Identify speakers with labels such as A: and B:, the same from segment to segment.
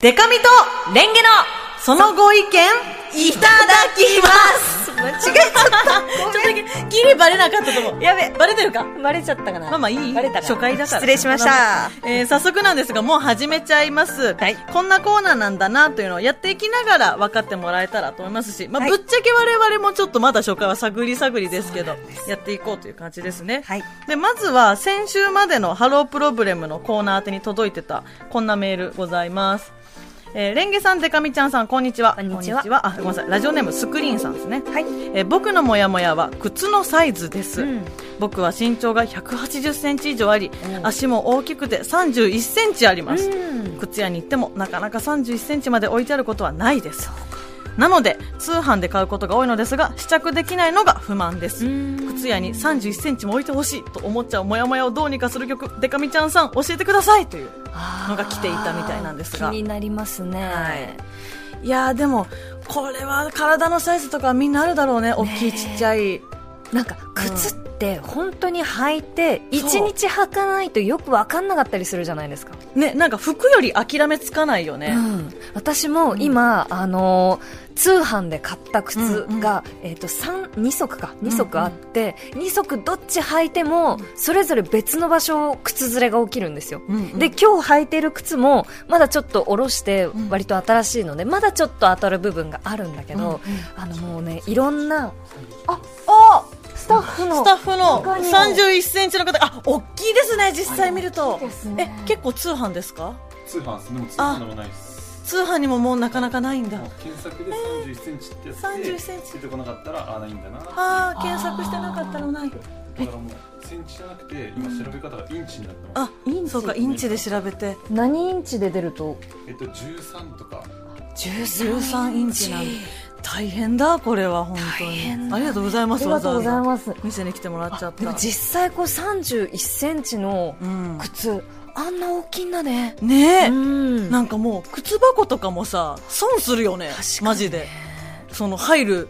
A: デカミとレンゲのそのご意見いただきます間違 えちゃった。ちょっとだけ、ギリバレなかったと思う。
B: やべ
A: バレてるか
B: バレちゃったかな
A: まあまあいい
B: バレたかな
A: 初回だから。
B: 失礼しました。
A: えー早速なんですが、もう始めちゃいます。
B: はい
A: こんなコーナーなんだなというのをやっていきながら分かってもらえたらと思いますし、まあ、
B: はい
A: ぶっちゃけ我々もちょっとまだ初回は探り探りですけど、やっていこうという感じですね。
B: はい
A: で、まずは先週までのハロープロブレムのコーナー宛てに届いてた、こんなメールございます。えーレンゲさん、デカミちゃんさん、こんにちは。
B: こんにちは
A: あ、ごめんなさい。ラジオネーム、スクリーンさんですね。
B: はい
A: えー僕のモヤモヤは靴のサイズです、
B: うん
A: 僕は身長が1 8 0センチ以上あり
B: おう
A: 足も大きくて3 1センチあります、
B: うん
A: 靴屋に行ってもなかなか3 1センチまで置いてあることはないですなので通販で買うことが多いのですが試着できないのが不満です
B: うん
A: 靴屋に3 1センチも置いてほしいと思っちゃうモヤモヤをどうにかする曲デカミちゃんさん教えてくださいというのが来ていたみたいなんですが
B: 気になりますね、
A: はいいやーでもこれは体のサイズとかみんなあるだろうね大きい
B: ねえ
A: ちっちゃい
B: なんか靴って本当に履いて
A: そう
B: 一日履かないとよく分かんなかったりするじゃないですか、
A: ね、なんか服より諦めつかないよ
B: う
A: ね。
B: ん、私も今、あのー通販で買った靴が、えっと三2足か2足あって、二2足どっち履いてもそれぞれ別の場所靴ずれが起きるんですよ、
A: うんうん
B: で今日履いてる靴もまだちょっと下ろして割と新しいので、まだちょっと当たる部分があるんだけど、あのもうねいろんなああスタッフの
A: スタッフの
B: 他にも
A: 31センチの方、あ、大きいですね、実際見ると。
B: です
A: え
B: ね、
A: 結構通販ですか
C: 通販ですね、もう通販でもないです。
A: 通販にももうなかなかないんだ
C: もう。検索で31センチってやつで、
A: 31センチ
C: 出てこなかったら、ああー、ないんだなっていう。
A: あー、検索してなかったらない。
C: だからもう、センチじゃなくて、今調べ方がインチになってま
A: あ、
C: す。
A: そうか、インチで調べて。
B: 何インチで出ると
C: えっと、13とか、
A: 13インチなんだ大変だ、これは、本当
B: 大変
A: に。
B: だ
A: ありがとうございま
B: あ
A: す、
B: りがとうござい
A: わ
B: ます
A: ざわざ店に来てもらっちゃっ
B: でも
A: た。
B: 実際こう3 1ンチの
A: うん。
B: 靴、あんな大きいんだね
A: ねえ。
B: ん
A: なんかもう靴箱とかもさ損するよね
B: 確かにね
A: マジでその入る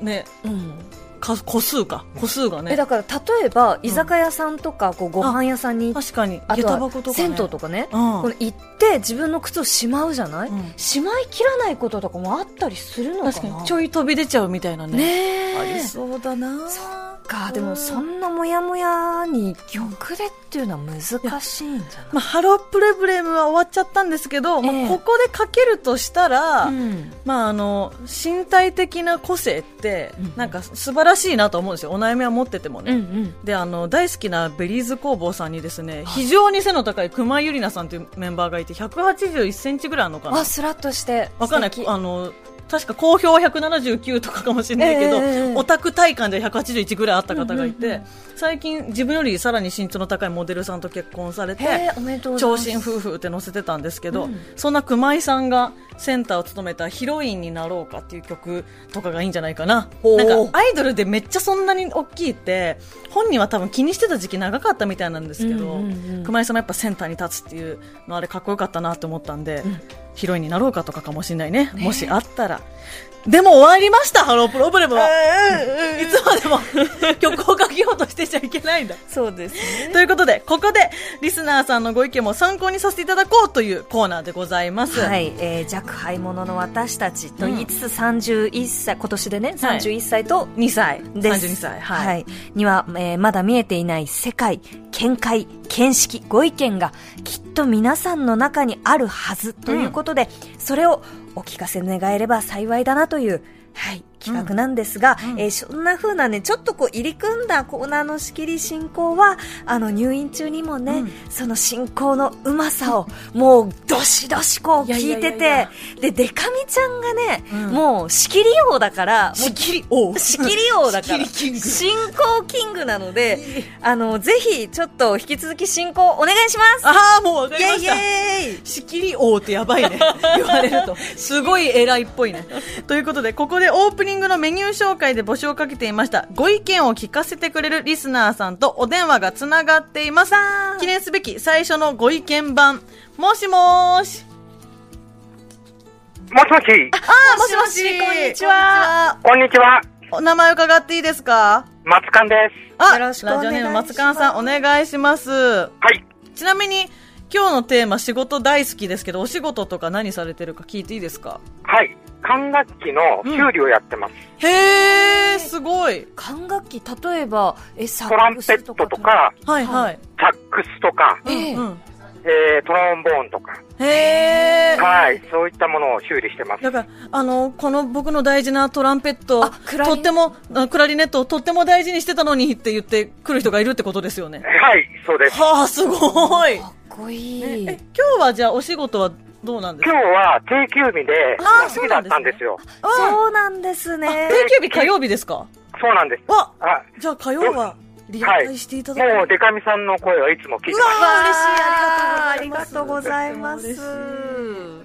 A: ね
B: うん
A: か個数か個数が
B: え
A: ね
B: だから例えば居酒屋さんとかこうご飯屋さんに行っ
A: 確かに
B: あ
A: 下
B: と
A: 駄
B: は
A: 箱とか、ね、
B: 銭湯とかね、
A: うん
B: この行って自分の靴をしまうじゃない、
A: うん
B: しまいきらないこととかもあったりするのかな
A: 確かにちょい飛び出ちゃうみたいなね
B: ね
A: あり
B: え
A: そうだな
B: そかでもそんなモヤモヤに曲でっていうのは難しいんじゃない
A: まあ、ハロープレブレムは終わっちゃったんですけど、まあ
B: ええ
A: ここでかけるとしたら、
B: うん
A: まあ、あの身体的な個性って
B: うん
A: なんか素晴らしいなと思うんですよ、お悩みは持っててもね、
B: うん
A: であの大好きなベリーズ工房さんにですね非常に背の高い熊井ゆりなさんというメンバーがいて1 8 1ンチぐらいあるのかな
B: あスラッとして
A: わかんない
B: 素敵
A: あの確か公表は179とかかもしれないけど、
B: ええええ
A: オタク体感で181ぐらいあった方がいて、
B: うんうんうん
A: 最近自分よりさらに身長の高いモデルさんと結婚され
B: へ
A: て
B: えおめでとうござい
A: 長
B: ます
A: 身夫婦って載せてたんですけ
B: う
A: ど、
B: ん
A: そんな熊井さんがセンターを務めた「ヒロインになろうか」っていう曲とかがいいんじゃないかな
B: ほう
A: なんかアイドルでめっちゃそんなに大きいって本人は多分気にしてた時期長かったみたいなんですけど、
B: うんうんうん
A: 熊井さんもやっぱセンターに立つっていうのあれかっこよかったなって思ったんで、
B: ん
A: ヒロインになろうかとかかもしれないねもしあったら。でも終わりました、ハロープロブレムは。 いつまでも曲を書きようとしてちゃいけないんだ。
B: そうですね
A: ということで、ここで、リスナーさんのご意見も参考にさせていただこうというコーナーでございます。
B: はい、えー、弱敗者の私たちと言いつつ31歳、今年でね、31歳と
A: 2歳。
B: です。
A: 32歳。はい。
B: には、えーまだ見えていない世界、見解、見識、ご意見がきっと皆さんの中にあるはずということで、それをお聞かせ願えれば幸いだなという、はい、企画なんですが、
A: うん
B: えーそんな風なね、ちょっとこう入り組んだコーナーの仕切り進行は、あの入院中にもね、
A: うん
B: その進行のうまさを、もうどしどしこう聞いて
A: いやいやいやい
B: て、で、デカミちゃんがね、
A: うん
B: もう仕切り王だから、もう
A: 仕切り王。
B: 仕切り王だから
A: 仕切りキング
B: 進行キングなのであのぜひちょっと引き続き進行お願いします
A: ああ、もうわか
B: イ
A: りま
B: ェ
A: し
B: イ
A: た。
B: イェイ
A: 仕切り王ってやばい ね。言われると。すごい偉いっぽいね。ということで、ここでオープニングのメニュー紹介で募集をかけていました、ご意見を聞かせてくれるリスナーさんとお電話がつながっています。記念すべき最初のご意見版。もしもーし。ああ、
D: もしも し、
A: もしも
B: もし
A: し。
B: もしこんにちは
D: こんにち
A: こ
D: は、
A: んにちは。お名前伺っていいですか
D: 松勘です。
A: あ、
B: よろしくお願いします
A: ラジオネーム松川さんお願いします。
D: はい。
A: ちなみに、今日のテーマ仕事大好きですけどお仕事とか何されてるか聞いていいですか
D: はい。管楽器の修理をやってます。
A: へえすごい
B: 管楽器例えばえサ
D: トラ
B: ッ
D: ン
B: ク
D: ペ
B: ス
D: ッ
B: と
D: ト
B: か
D: とか、
A: はいはい、
D: サックスとか、
B: ええ
A: うんうん
D: えー、トロンボーンとか、
A: へえ
D: はい。そういったものを修理してます。
A: だから、あの、この僕の大事なトランペット、
B: あクラリ
A: とっても、あクラリネットをとっても大事にしてたのにって言ってくる人がいるってことですよね。
D: はい、そうです。
A: はあ、すごい。
B: かっこいい、
A: え、今日はじゃあお仕事はどうなんです
D: 今
A: か
D: 日は定休日で、
A: あー
D: 休みだったんですよ。
B: そうなんですね
A: 定休日火曜日ですか
D: そうなんです。
A: わ
D: あ、
A: じゃあ火曜 は、リアタイしていただく。
D: もうデカミさんの声はいつも聞いてます。
B: わあ嬉しいありがとうございます
A: とうございます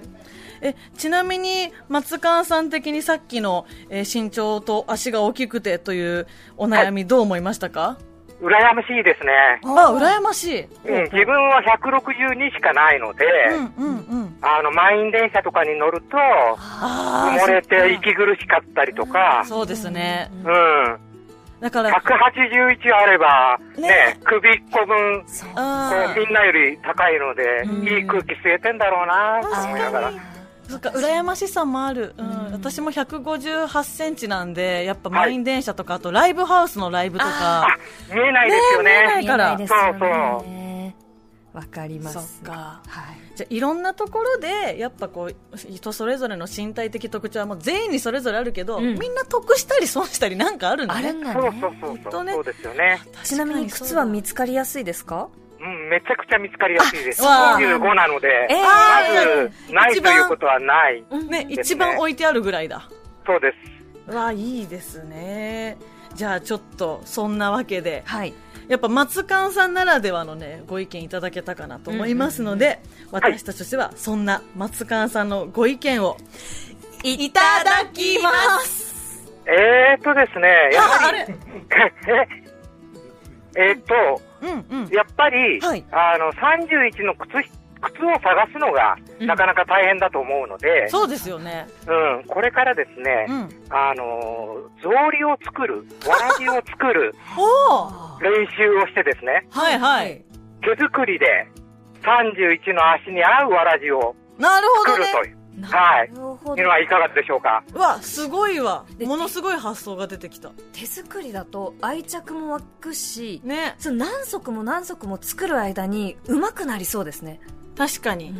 A: えちなみに松川さん的にさっきの、えー身長と足が大きくてというお悩みどう思いましたか、
D: 羨ましいですね。
A: あ羨ましい、
D: うん、自分は162しかないので、
A: うんうんうん
D: あの、満員電車とかに乗ると、
A: あ
D: 埋
A: あ
D: もれて息苦しかったりとか、
A: そうですね
D: うん、181
A: だから
D: あれば、
A: ね
D: ね、首1個分、こ
B: そう
A: あ
D: う、みんなより高いので、
B: うん
D: いい空気吸えてんだろうなと思いながら。
A: ーそっか羨ましさもある、うん
B: うん
A: 私も1 5 8センチなんでやっぱ満員電車とかあとライブハウスのライブとか
D: あ、見えないですよ
A: ねえ見
D: ね。
A: えないから
B: 見えないですよ
D: そう
B: ねわかりま
A: そっ
B: す
A: か
B: はい
A: じゃあいろんなところでやっぱこう人それぞれの身体的特徴はもう全員にそれぞれあるけど、
B: うん
A: みんな得したり損したりなんかあるんだ
B: ある
A: ね
B: んだ
D: そう
B: ね
D: そうそう
A: きっ
D: そ
A: と
D: う、
A: ね
D: そうですよね。
B: ちなみに靴は見つかりやすいですか
D: うん、めちゃくちゃ見つかりやすいで
A: あ
D: す。
A: わあ
D: 25なので、
B: えー
D: ま
A: えー
D: ず、ない
A: 一
D: と
A: 番
D: いうことはない。
A: ね
D: ですね
A: 一番置いてあるぐらいだ
D: そうです。
A: わあいいですねじゃあちょっとそんなわけで
B: はい
A: やっぱ松勘さんならではのねご意見いただけたかなと思いますので、私たちとしてはそんな松勘さんのご意見を
B: い
A: ただきます
D: えーとですね、や
A: ああ
D: はり、
A: れ
D: えーと、
A: うんうん
D: やっぱり、
A: はい
D: あの、31の靴ひ、靴を探すのが、
A: うん
D: なかなか大変だと思うので、
A: そうですよね
D: うん、これからですね、
A: うん
D: あの、草履を作る、わらじを 作る
A: おお
D: 練習をしてですね、
A: はいはい
D: 手作りで、31の足に合うわらじを
A: なるほど
D: 作
A: ね
D: るという、
B: な
D: はい
B: るほ
D: いう
B: ど
D: のはいかがでしょうか
A: うわすごいわ
B: で
A: ものすごい発想が出てきた
B: 手作りだと愛着も湧くし
A: ね
B: そう何足も何足も作る間にうまくなりそうですね
A: 確かに、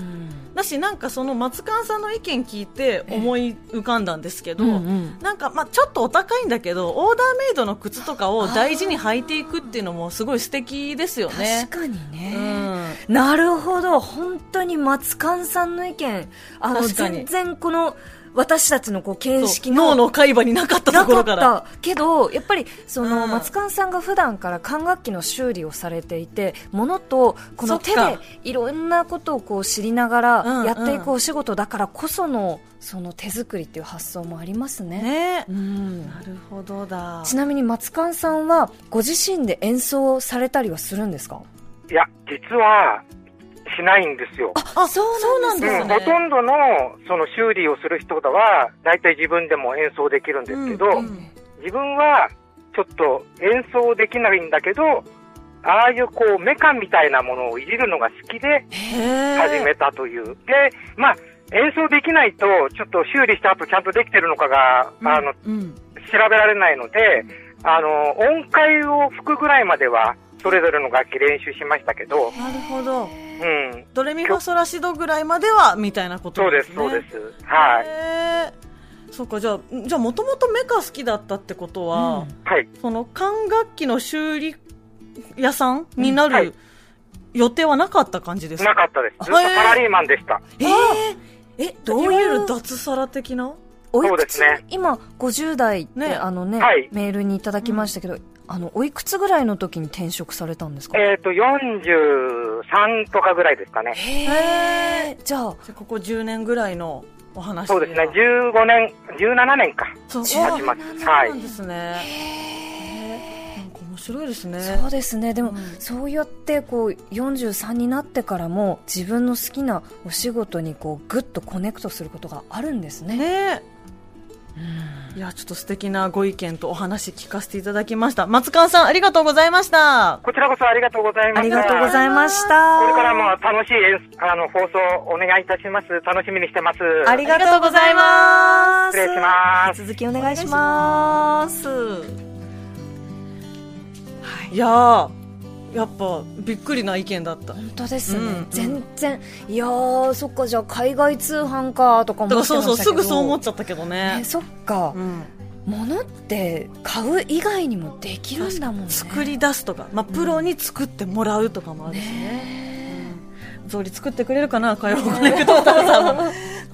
A: だしなんかその松川さんの意見聞いて思い浮かんだんですけど、
B: うんうん
A: なんかまあちょっとお高いんだけどオーダーメイドの靴とかを大事に履いていくっていうのもすごい素敵ですよね
B: 確。かにね、
A: うん
B: なるほど本当に松勘さんの意見あの
A: 確かに
B: 全然この私たちのこう見識
A: そう脳
B: の
A: の海馬になかったと
B: な
A: こ
B: か
A: ろ
B: っ
A: から
B: たけどやっぱりその、
A: うん
B: 松勘さんが普段から管楽器の修理をされていてものとこの手
A: そっ
B: で
A: か
B: いろんなことをこう知りなが
A: うん
B: ら
A: うん
B: やっていくお仕事だからこそのその手作りっていう発想もありますね。
A: ね
B: う、ん
A: なるほどだ
B: ちなみに松勘さんはご自身で演奏されたりはするんですか
D: いや、実は、しないんですよ。
A: あそうなん
D: う
A: で
D: ん
A: すね
D: ほとんどの、その修理をする人だは、大体自分でも演奏できるんですけど、
A: うんうん
D: 自分は、ちょっと演奏できないんだけど、ああいうこう、メカみたいなものをいじるのが好きで
A: へ
D: 始
A: ー
D: めたという。で、まあ、演奏できないと、ちょっと修理した後ちゃんとできてるのかが、あの、
A: うん
D: 調べられないので、あの、音階を吹くぐらいまでは、それぞれの楽器練習しましたけど、
A: なるほど
D: うん、
A: ドレミファソラシドぐらいまではみたいなこと
D: そうで
A: ですす、ね
D: そうです。はい。
A: へーそうかじゃあじゃあもともとメカ好きだったってことは、
D: はい。
A: その管楽器の修理屋さんにな
D: はい
A: る予定はなかった感じですか、
D: なかったです。ずっとサラリーマンでした。
B: えええどう
A: わゆ
B: い
A: る
B: う
A: 脱サラ的な
B: おい
D: そう
B: く
D: で
B: つ、
D: すね
B: 今50代って、
A: ね
B: あのね、
D: はい
B: メールにいただきましたけど、あのおいくつぐらいの時に転職されたんですか
D: えっ、と、43とかぐらいですかね。
B: へえじゃあ
A: じゃあここ10年ぐらいのお話
D: そうですね。15年、17年か。
A: そう
D: 経
A: あ
D: ち
A: そう
D: ます。は
A: ないん。ですねへーなんか面白いですね
B: そうですねでも、
A: うん
B: そうやってこう43になってからも自分の好きなお仕事にこうグッとコネクトすることがあるんですね
A: ねいや、ちょっと素敵なご意見とお話聞かせていただきました。松川さん、ありがとうございました。
D: こちらこそありがとうございました。
B: ありがとうございました。
D: これからも楽しい演奏あの放送お願いいたします。楽しみにしてます。
B: ありがとうございます。
D: 失礼します
B: 引き続きお願いします。
A: いやー、やっぱ、びっくりな意見だった。
B: 本当ですね、
A: うん
B: 全然いやーそっかじゃあ海外通販かとか
A: だ
B: 思
A: から
B: ってま
A: そう
B: したけど
A: そう、すぐそう思っちゃったけど
B: ね
A: ね。
B: そっか、
A: うん、
B: 物って買う以外にもできるんだもんね
A: 作り出すとか、まあ、プロに作ってもらうとかもあるしね。うん草履作ってくれるかな、火曜コネクト太郎さんも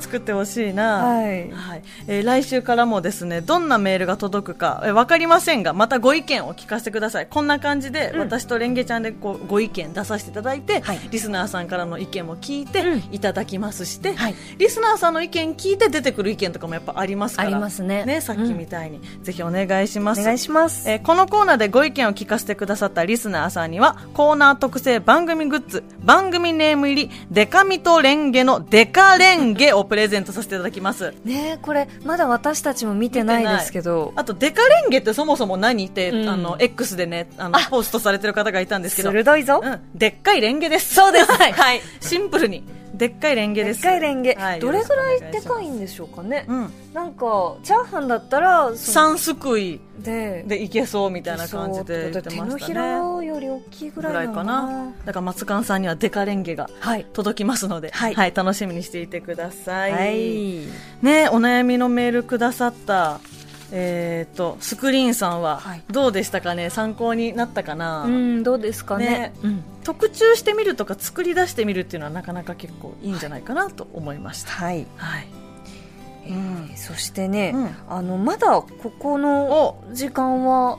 A: 作ってほしいな。
B: はい
A: はいえー来週からもですねどんなメールが届くか、えー、分かりませんがまたご意見を聞かせてくださいこんな感じで、
B: うん
A: 私とレンゲちゃんでこうご意見出させていただいて、
B: はい
A: リスナーさんからの意見も聞いて
B: うん
A: いただきますして、
B: はい
A: リスナーさんの意見聞いて出てくる意見とかもやっぱありますから
B: ありますね
A: さっきみたいに、ぜひお願いしま
B: お
A: す
B: 願いします、
A: えーこのコーナーでご意見を聞かせてくださったリスナーさんにはコーナー特製番組グッズ番組ネーム入りデカミとレンゲのデカレンゲをプレゼントさせていただきます
B: ねえこれまだ私たちも見てないですけど
A: あと、デカレンゲってそもそも何って、
B: うん
A: あの、X でね、あの、ポストされてる方がいたんですけど、
B: 鋭いぞ、
A: うん、でっかいレンゲです。そうです。はい。シンプルに、でっかいレンゲ
B: で
A: で
B: っ
A: す。
B: かいレンゲ、
A: はい
B: どれぐらいで
A: よろしく
B: か
A: お願
B: い
A: し
B: んでしょうかね、
A: ますうん。
B: なんかチャーハンだったら
A: 三すくい
B: で
A: でいけそうみたいな感じで言って
B: 手
A: ま
B: の
A: した
B: ひ
A: ね。
B: らより大きいぐ
A: ぐ
B: らい
A: らい
B: なの
A: か
B: か
A: な
B: な。
A: だから松川さんにはデカレンゲが
B: はい
A: 届きますので、
B: はい
A: 楽しみにしていてください。
B: はい
A: ね、お悩みのメールくださった、えっ、と、スクリーンさんは
B: はい、
A: どうでしたかね、参考になったかな。
B: うんどうですかね
A: ね
B: うん
A: 特注してみるとか作り出してみるっていうのはなかなか結構いいんじゃないかなと思いました。
B: はい、
A: はい。
B: えーそしてね、
A: うん
B: あのまだここの時間は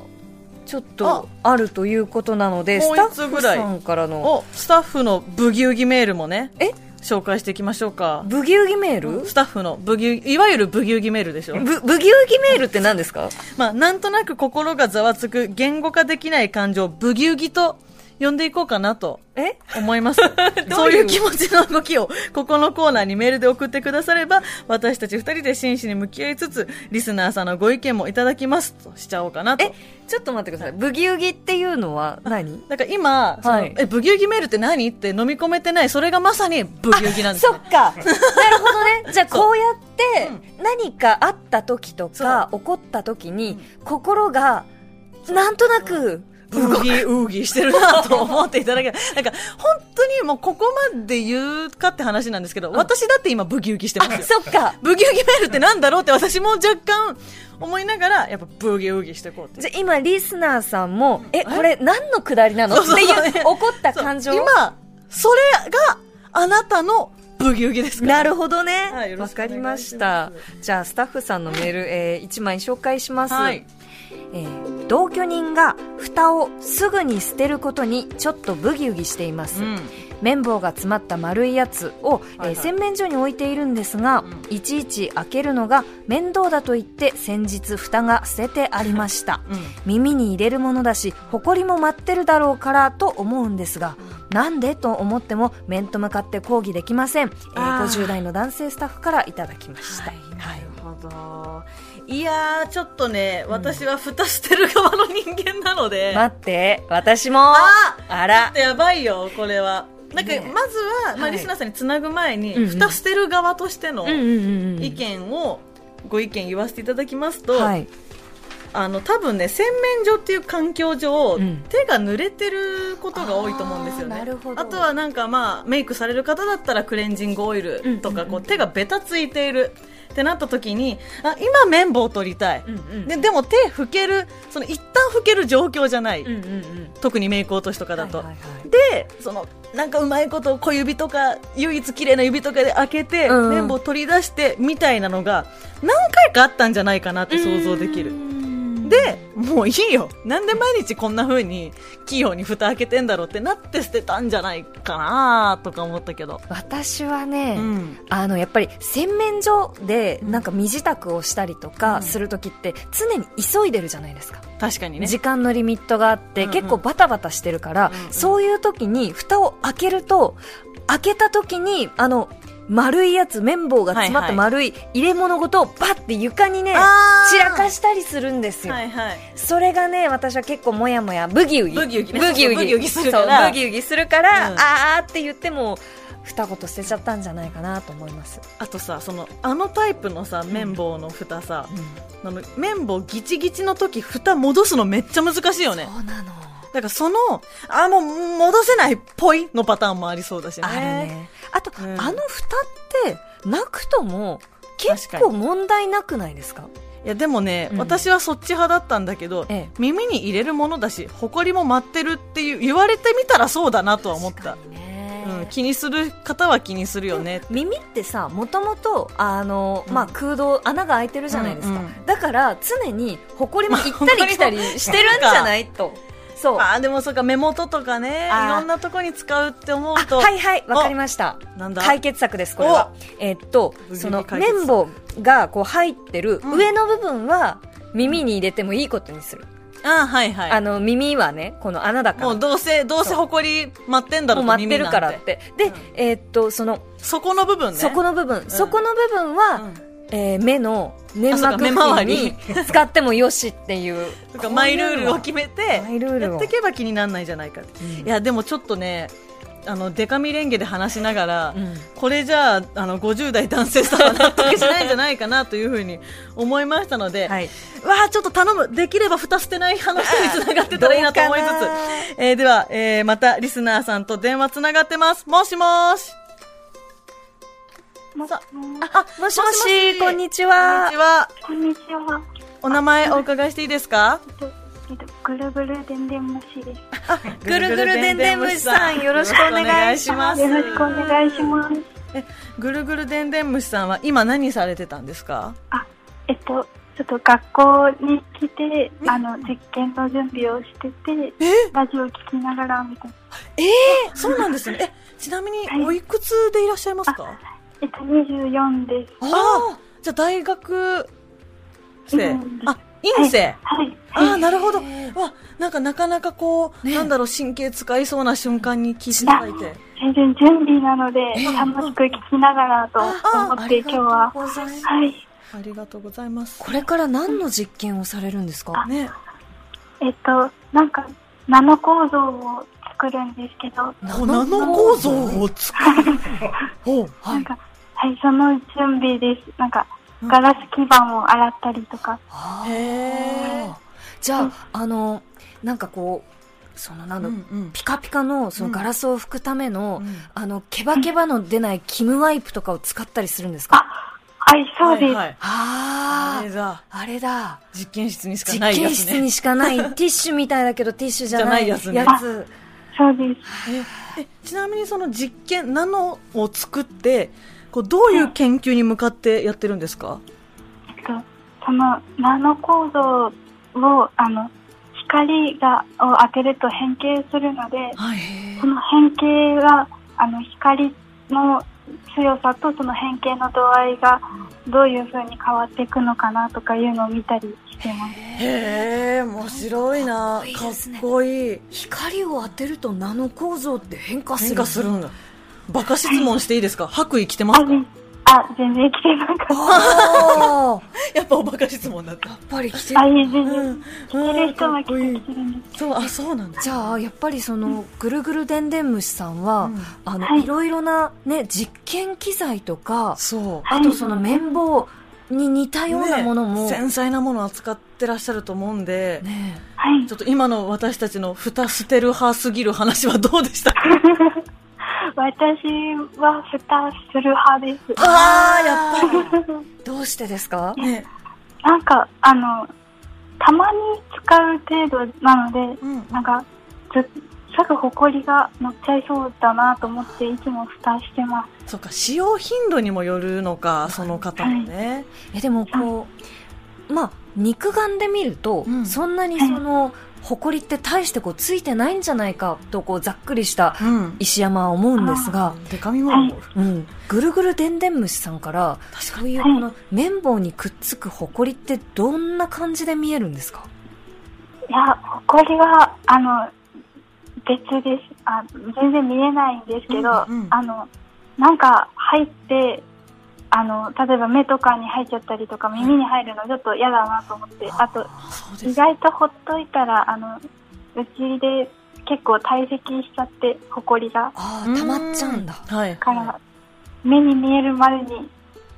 B: ちょっとあるということなので
A: も
B: ス
A: う
B: タッ
A: 一通
B: フ
A: ぐらい
B: さんからの
A: お、スタッフのブギウギメールもね、
B: え
A: 紹介していきましょうか。
B: ブギウギメール、
A: スタッフのブギウギ、いわゆるブギウギメールでしょ。
B: ぶブギウギメールって何ですか
A: まあ、なんとなく心がざわつく言語化できない感情、ブギウギと呼んでいこうかなと
B: え
A: 思います。そういう気持ちの動きを、ここのコーナーにメールで送ってくだされば、私たち二人で真摯に向き合いつつ、リスナーさんのご意見もいただきますとしちゃおうかなと
B: え。ちょっと待ってくださいブギウギっていうのは何
A: だから今、その
B: はい
A: え、ブギウギメールって何って飲み込めてない、それがまさにブギウギなんです
B: そ
A: よ
B: っ。かなるほど ねじゃあこうやって何かあった時とか起こった時に心がなんとなく
A: ブギウギしてるなと思っていただけなんか、本当にもうここまで言うかって話なんですけど、私だって今ブギウギしてます
B: あ
A: よ。
B: そっか
A: ブギウギメールってなんだろうって私も若干思いながら、やっぱブギウギしていこうっていう。
B: じゃあ今リスナーさんもえこれ何のくだりなのって
A: そう そう
B: いう怒った感情
A: 今、それがあなたのブギウギですから。
B: なるほどね
A: はいよろ
B: わ
A: しくお
B: か
A: 願い
B: り
A: し
B: ま
A: ます
B: したじゃあスタッフさんのメール、えー、1枚紹介します、
A: はい
B: えー同居人が蓋をすぐに捨てることにちょっとブギウギしています、
A: うん。
B: 綿棒が詰まった丸いやつを、
A: はいはい
B: えー洗面所に置いているんですが、
A: う
B: いちいち開けるのが面倒だと言って先日蓋が捨ててありました、
A: うん
B: 耳に入れるものだし埃も舞ってるだろうからと思うんですがなんでと思っても面と向かって抗議できません、えー
A: あー
B: 50代の男性スタッフからいただきました、
A: はい、なるほど。いやー、ちょっとね、私は蓋してる側の人間なので、
B: 待って私も
A: あ
B: あ
A: ちょ
B: ら
A: っとやばいよ、これは。なんか、
B: ねえ
A: まずは、ま
B: は
A: あ、
B: い
A: リスナーさんにつなぐ前に、
B: うんうん
A: 蓋してる側としての
B: うんうんうんうん
A: 意見を、ご意見言わせていただきますと、
B: はい
A: あの多分ね洗面所っていう環境上、
B: うん
A: 手が濡れてることが多いと思うんですよね
B: あーなるほど
A: あとはなんかまあメイクされる方だったらクレンジングオイルとか、
B: うんうんうん
A: こう手がベタついているってなった時にあ今綿棒取りたい、
B: うんうん
A: ででも手拭けるその一旦拭ける状況じゃない、
B: うんうんうん
A: 特にメイク落としとかだと、
B: はいはいはい
A: でそのなんかうまいこと小指とか唯一綺麗な指とかで開けて、
B: うん
A: 綿棒取り出してみたいなのが何回かあったんじゃないかなって想像できる。でもういいよなんで毎日こんな風に器用に蓋開けてんだろうってなって捨てたんじゃないかなとか思ったけど、
B: 私はね、
A: うん
B: あのやっぱり洗面所でなんか身支度をしたりとかするときって常に急いでるじゃないですか、
A: 確かにね
B: 時間のリミットがあって、
A: うんうん
B: 結構バタバタしてるから、
A: うんうん
B: そういう時に蓋を開けると開けた時にあの丸いやつ、綿棒が詰まっ
A: は
B: た
A: いは
B: 丸い入れ物ごと、バッて床にね、
A: あー
B: 散らかしたりするんですよ。
A: はいはい。
B: それがね、私は結構もやもや、ブギウギ。
A: ブギウギね
B: ブギウギ。
A: そうそうブギウギするから
B: そうブギウギするから、
A: う
B: あ
A: ん
B: ーって言っても、二言捨てちゃったんじゃないかなと思います。
A: あとさ、その、あのタイプのさ、綿棒の蓋さ、あの綿棒ギチギチの時、蓋戻すのめっちゃ難しいよね。
B: そうなの。
A: だからその、あ、もう戻せないっぽいのパターンもありそうだしね。
B: あるね。あと、
A: うん
B: あの蓋って、なくとも、結
A: 確か
B: 構問題なくないですか
A: いやでもね、
B: うん
A: 私はそっち派だったんだけど、
B: ええ
A: 耳に入れるものだし、埃も舞ってるっていう、言われてみたらそうだなとは思った。
B: 確かにね
A: うん、気にする方は気にするよね。
B: 耳ってさもともとあの、
A: うん
B: まあ、空洞穴が開いてるじゃないですか、
A: うんうん
B: だから常にほこりも行った
A: まあ
B: り来たりしてるんじゃないとそうあ
A: あーでもそうか、目元とかね、
B: あー
A: いろんなとこに使うって思うと、
B: はいはいわかりました
A: なんだ
B: 解決策ですこれはえっと
A: 無事
B: そ
A: に
B: の
A: 解決
B: 綿棒がこう入ってる
A: うん
B: 上の部分は耳に入れてもいいことにする、
A: あーはいはい。
B: あの耳はねこの穴だから
A: もうどうせ、どうせ埃待ってんだろ
B: も
A: う
B: う待
A: と
B: っ
A: 耳
B: て
A: なん
B: るか
A: て
B: らってで、
A: うん
B: えっとその
A: そこの部分ね。
B: そこ
A: の、
B: の部分、そこの部分は、えー目の粘
A: あそうか
B: 膜
A: 目周り
B: 付近に使ってもよしっていう
A: とかマイルールを決めて
B: マイルールを
A: やっていけば気にならないじゃないかって、
B: うん
A: いやでもちょっとねあのデカミレンゲで話しながら、
B: うん
A: これじゃああの50代男性さんは納得しないんじゃないかなというふうに思いましたので、
B: はい
A: わあちょっと頼むできれば蓋捨てない話につながってたらいいなと思いつ
B: どうかな
A: つ、えーでは、えーまたリスナーさんと電話つながってますもしもーし
E: もしもし
A: あ
B: もしもしこんにち
A: こん
B: は
A: にちは
E: こんにちは。
A: お名前お伺いしていいですか
E: えっとえっと、ぐるぐるでんでん虫です。
B: ぐるぐるでんでん虫さんよろしくお願いします
E: よろしくお願いします。
A: ぐるぐるでんでん虫さんは今何されてたんですか
E: あ、えっと、ちょっと学校に来て、あの、実験の準備をしてて、ラジオ聞きながら、みたいな。
A: ええそうなんですね。え、ちなみに
E: はい
A: おいくつでいらっしゃいますか、
E: えっと、24です。
A: ああ、じゃあ大学生
E: うん。
A: あ、院生。
E: はい。
A: ああ、
E: はい。
A: なるほど。わ、なんかなかなかこう、なんだろう、神経使いそうな瞬間に聞いていただいて。
E: 全然準備なので、楽しく聞きながらと思って、今日は。
A: ございます。
E: はい。
A: ありがとうございます。
B: これから何の実験をされるんですか
A: ね、
E: えっと、なんか、ナノ構造を作るんですけど、
A: こうナノ構造を作 る。ほう。
E: なんか、はい、その準備です。なんか、
A: うん
E: ガラス基板を洗ったりとか。
B: あ
A: へえ
B: ー。じゃああのなんかこうそのなん
A: うん
B: だ、
A: うん。
B: ピカピカのそのガラスを拭くための、
A: うん
B: あのケバケバの出ないキムワイプとかを使ったりするんですか
E: あ、はい、そうで
A: は
E: す。
A: いはい、あ
B: あ
A: れ
B: ー
A: だ。
B: あれだ
A: 実験室にしか
B: 実
A: ないや
B: 験
A: つ
B: 室
A: ね
B: に。しかない、 ティッシュみたいだけどティッシュじゃない
A: じゃ
B: や
A: ない
B: つ。
A: や
E: そうです。
A: えちなみにその実験ナノを作ってこうどういう研究に向かってやってるんですか、
E: えっと、そのナノ構造を、あの、光が、を当てると変形するので、
A: はい、
E: その変形が、あの、光の強さとその変形の度合いが、どういう風に変わっていくのかなとかいうのを見たりしてます。
A: へえ面白いな
B: かっこいいですね
A: こいい
B: 光を当てるとナノ構造って変化する。
A: 変化するんだバカ質問していいですか白衣着てま
E: あ
A: すか、
E: あ、全然来てなかった。
B: あー
A: やっぱおバカ質問だった
B: やっぱり来て
E: あ、いいです。
A: うん
E: 着て
A: う
E: る
A: ん
E: 人
A: か
E: は
A: っ
E: 着て
A: こいい
E: きてるんです。
A: そうあそうなんだ
B: じゃあ、やっぱりその、ぐるぐるでんでん虫さんは、
A: うん
B: あ
E: は
B: の、
E: い
B: いろいろなね、実験機材とか、
A: そう
B: あとその綿棒に似たようなものも、
A: ね
B: ね
A: 繊細なものを扱ってらっしゃると思うんで、
E: はい
A: ちょ。っと今の私たちの蓋捨てる派すぎる話はどうでしたか
E: 私は蓋する派です。
A: あーやっぱ
B: どうしてですか
A: りね
E: なんか、あの、たまに使う程度なので、
A: うん
E: なんか、ずすぐ埃が乗っちゃいそうだなと思って、いつも蓋してま
A: そうか使用頻度にもよるのかその方もね、
B: えでもこう、まあ、肉眼で見ると、
A: うん
B: そんなにその、埃って大してこうついてないんじゃないかとこうざっくりした
A: うん
B: 石山は思うんですが、
A: デカミも思
B: う
A: う、
B: ん、ぐるぐるでんでん虫さんからそういうこの綿棒にくっつく埃ってどんな感じで見えるんですか
E: す。いや、埃は、あの、別です。あ全然見えないんですけど、
A: うんうん
E: あの、なんか入ってあの例えば目とかに入っちゃったりとか耳に入るのちょっと嫌だなと思ってあと
A: そうで
E: 意
A: すね
E: 外とほっといたらあのうちで結構堆積しちゃってほこりが
B: ああ、溜まっちゃうんだ。
A: はい
E: から目に見えるまでに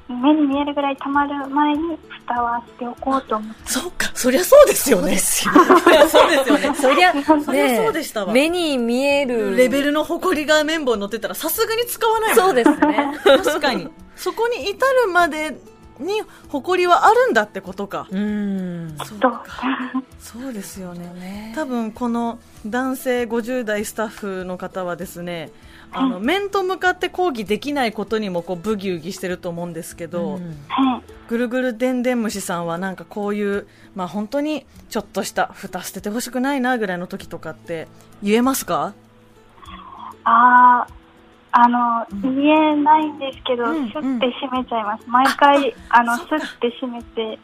E: 目に見えるぐらい溜まる前に蓋はしておこうと思って
A: そっかそりゃそうですよねそりゃそうですよ ね
B: そりゃ、ね
A: そりゃそうでしたわ
B: 目に見える。
A: レベ
B: ル。
A: ルの埃が綿棒に乗ってたらさすがに使わないもん
B: そうです ね。
A: 確かにそこに至るまでに埃はあるんだってことか
B: うん。
A: そう
E: どう
A: かそうですよね
B: ね
A: 多分この男性50代スタッフの方はですねあの面と向かって抗議できないことにもこうブギウギしてると思うんですけど、
B: うん
E: はい
A: ぐるぐるでんでん虫さんはなんかこういう、まあ、本当にちょっとした蓋捨ててほしくないなぐらいの時とかって言えますか
E: あーあの、言えないんですけど、
A: うん
E: すって閉めちゃいます。毎回、あの、すって閉めて、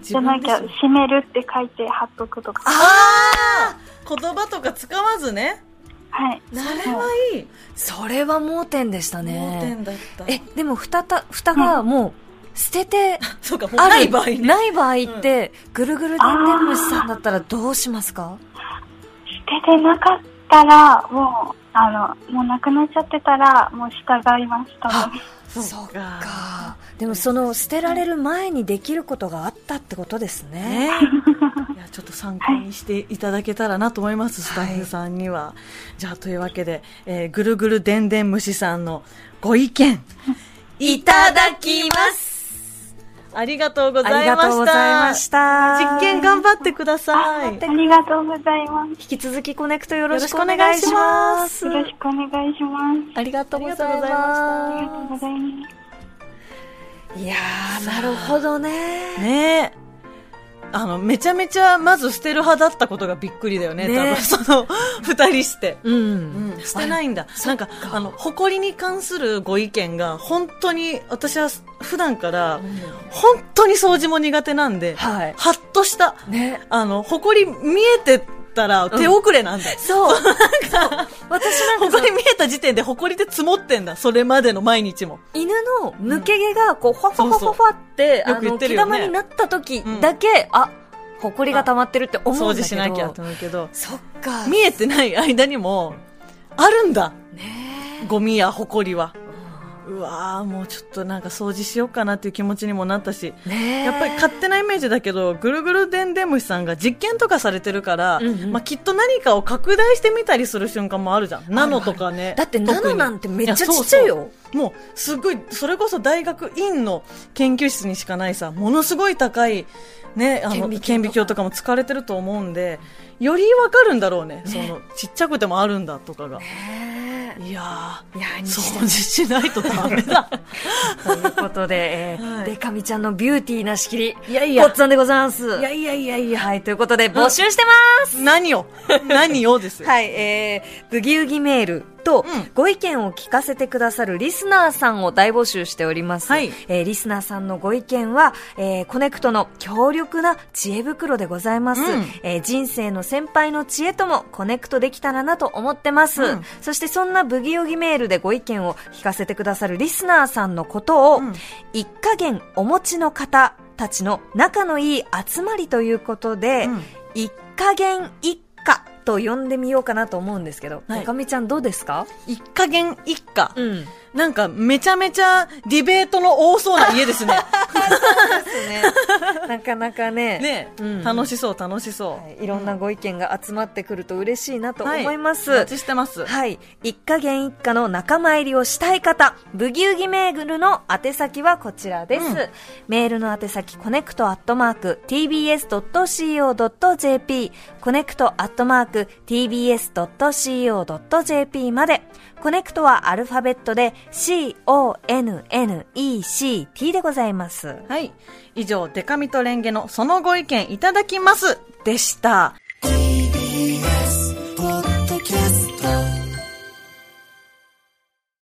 E: じ
A: 自
E: ゃな
A: 分
E: きゃ
A: ですよ
E: 閉めるって書いて貼っとくとか。
A: あー言葉とか使わずね
E: はい。
A: それはいい
B: それは盲点でした
A: 盲
B: ね。
A: 点だった
B: え、でも、蓋た、蓋がもう、捨てて、
A: そうかもう
B: ある
A: ない場合ね
B: ない場合って、ぐるぐるでんでん虫さんだったらどうしますか
E: 捨ててなかったら、もう、あの、もうなくなっちゃってたら、もう従いました。
B: あ
A: そうか
B: かでもその捨てられる前にできることがあったってことですね
A: ね、いやちょっと参考にしていただけたらなと思います、スタッフさんには。じゃあというわけで、えーぐるぐるでんでん虫さんのご意見いただきますありがとうご
B: あ
A: ざ
B: り
A: いま
B: が
A: した
B: とうございました
A: 実験頑張ってください
E: ありがとうございま
B: 引き続きコネクトよろしくお
A: よろしく
B: 願
A: お願
B: い
A: い
B: し
A: し
B: ま
A: ます
E: す。よろしくお願いします。
B: ありがとうござい
E: ありがとう
B: ま
E: ございます。
B: すいやーなるほどね
A: ねえあのめちゃめちゃまず捨てる派だったことがびっくりだよね
B: ねえ
A: 多分その二人して、
B: うん、
A: うん、捨てないんだなんかあの誇りに関するご意見が本当に私は普段から本当に掃除も苦手なんで、
B: はい
A: はっとした
B: ね
A: あの埃見えてたら手遅れなんだ、
B: そう私なんか
A: 埃見えた時点で埃って積もってんだそれまでの毎日も
B: 犬の抜け毛がこうファファファファファって、
A: そ
B: あ
A: うそうよく言
B: の
A: って
B: 毛
A: るよね
B: 玉になった時だけ、あほこりが溜まってるって思うんだけど
A: 掃除しなきゃと思うけど
B: そっか
A: 見えてない間にもあるんだ
B: ね
A: ゴミや埃はうわーもうちょっとなんか掃除しようかなっていう気持ちにもなったし
B: えねえ
A: やっぱり勝手なイメージだけどぐるぐるでんでん虫さんが実験とかされてるから、
B: うんうん
A: まあ、きっと何かを拡大してみたりする瞬間もあるじゃんナノとかね
B: だってナノなんてめっちゃち
A: 特に
B: っちゃい
A: や
B: よ。
A: そうそうもうすごいそれこそ大学院の研究室にしかないさものすごい高い、ね、あの
B: 顕微鏡とか
A: 顕微鏡とかも使われてると思うんでよりわかるんだろうねそのちっちゃくてもあるんだとかが、
B: ね
A: いや
B: え
A: ー
B: いや、にして
A: 掃
B: も
A: 除しないとダメ だ
B: ということ で、えー
A: はい
B: でかみちゃんのビューティーな仕切り、
A: いやいや
B: ごっつんでございます。
A: いやいやいやいや
B: はい、ということで募集してます、
A: 何を何をですよ
B: はい、えー、ブギウギメールと、
A: うん
B: ご意見を聞かせてくださるリスナーさんを大募集しております。
A: はい
B: えーリスナーさんのご意見は、えーコネクトの強力な知恵袋でございます。
A: うん
B: えー人生の先輩の知恵ともコネクトできたらなと思ってます。
A: うん
B: そしてそんなブギウギメールでご意見を聞かせてくださるリスナーさんのことを、
A: うん
B: 一加減お持ちの方たちの仲のいい集まりということで、
A: うん
B: 一加減一家と呼んでみようかなと思うんですけど、
A: はい
B: 中身ちゃんどうですか
A: 一加減一家、
B: ん。
A: なんかめちゃめちゃディベートの多そうな家 ですね
B: ね、 なかなかね。
A: ね、
B: うん
A: 楽しそう楽しそう、
B: はいいろんなご意見が集まってくると嬉しいなと
A: は
B: 思います。
A: お待ちしてます、
B: はい。一家限一家の仲間入りをしたい方、ブギウギメールの宛先はこちらです。
A: うん
B: メールの宛先、コネクトアットマーク、tbs.co.jp、コネクトアットマーク、tbs.co.jp まで、コネクトはアルファベットで、c-o-n-n-e-c-t でございます。
A: はい。以上、デカミとレンゲのそのご意見いただきますでした。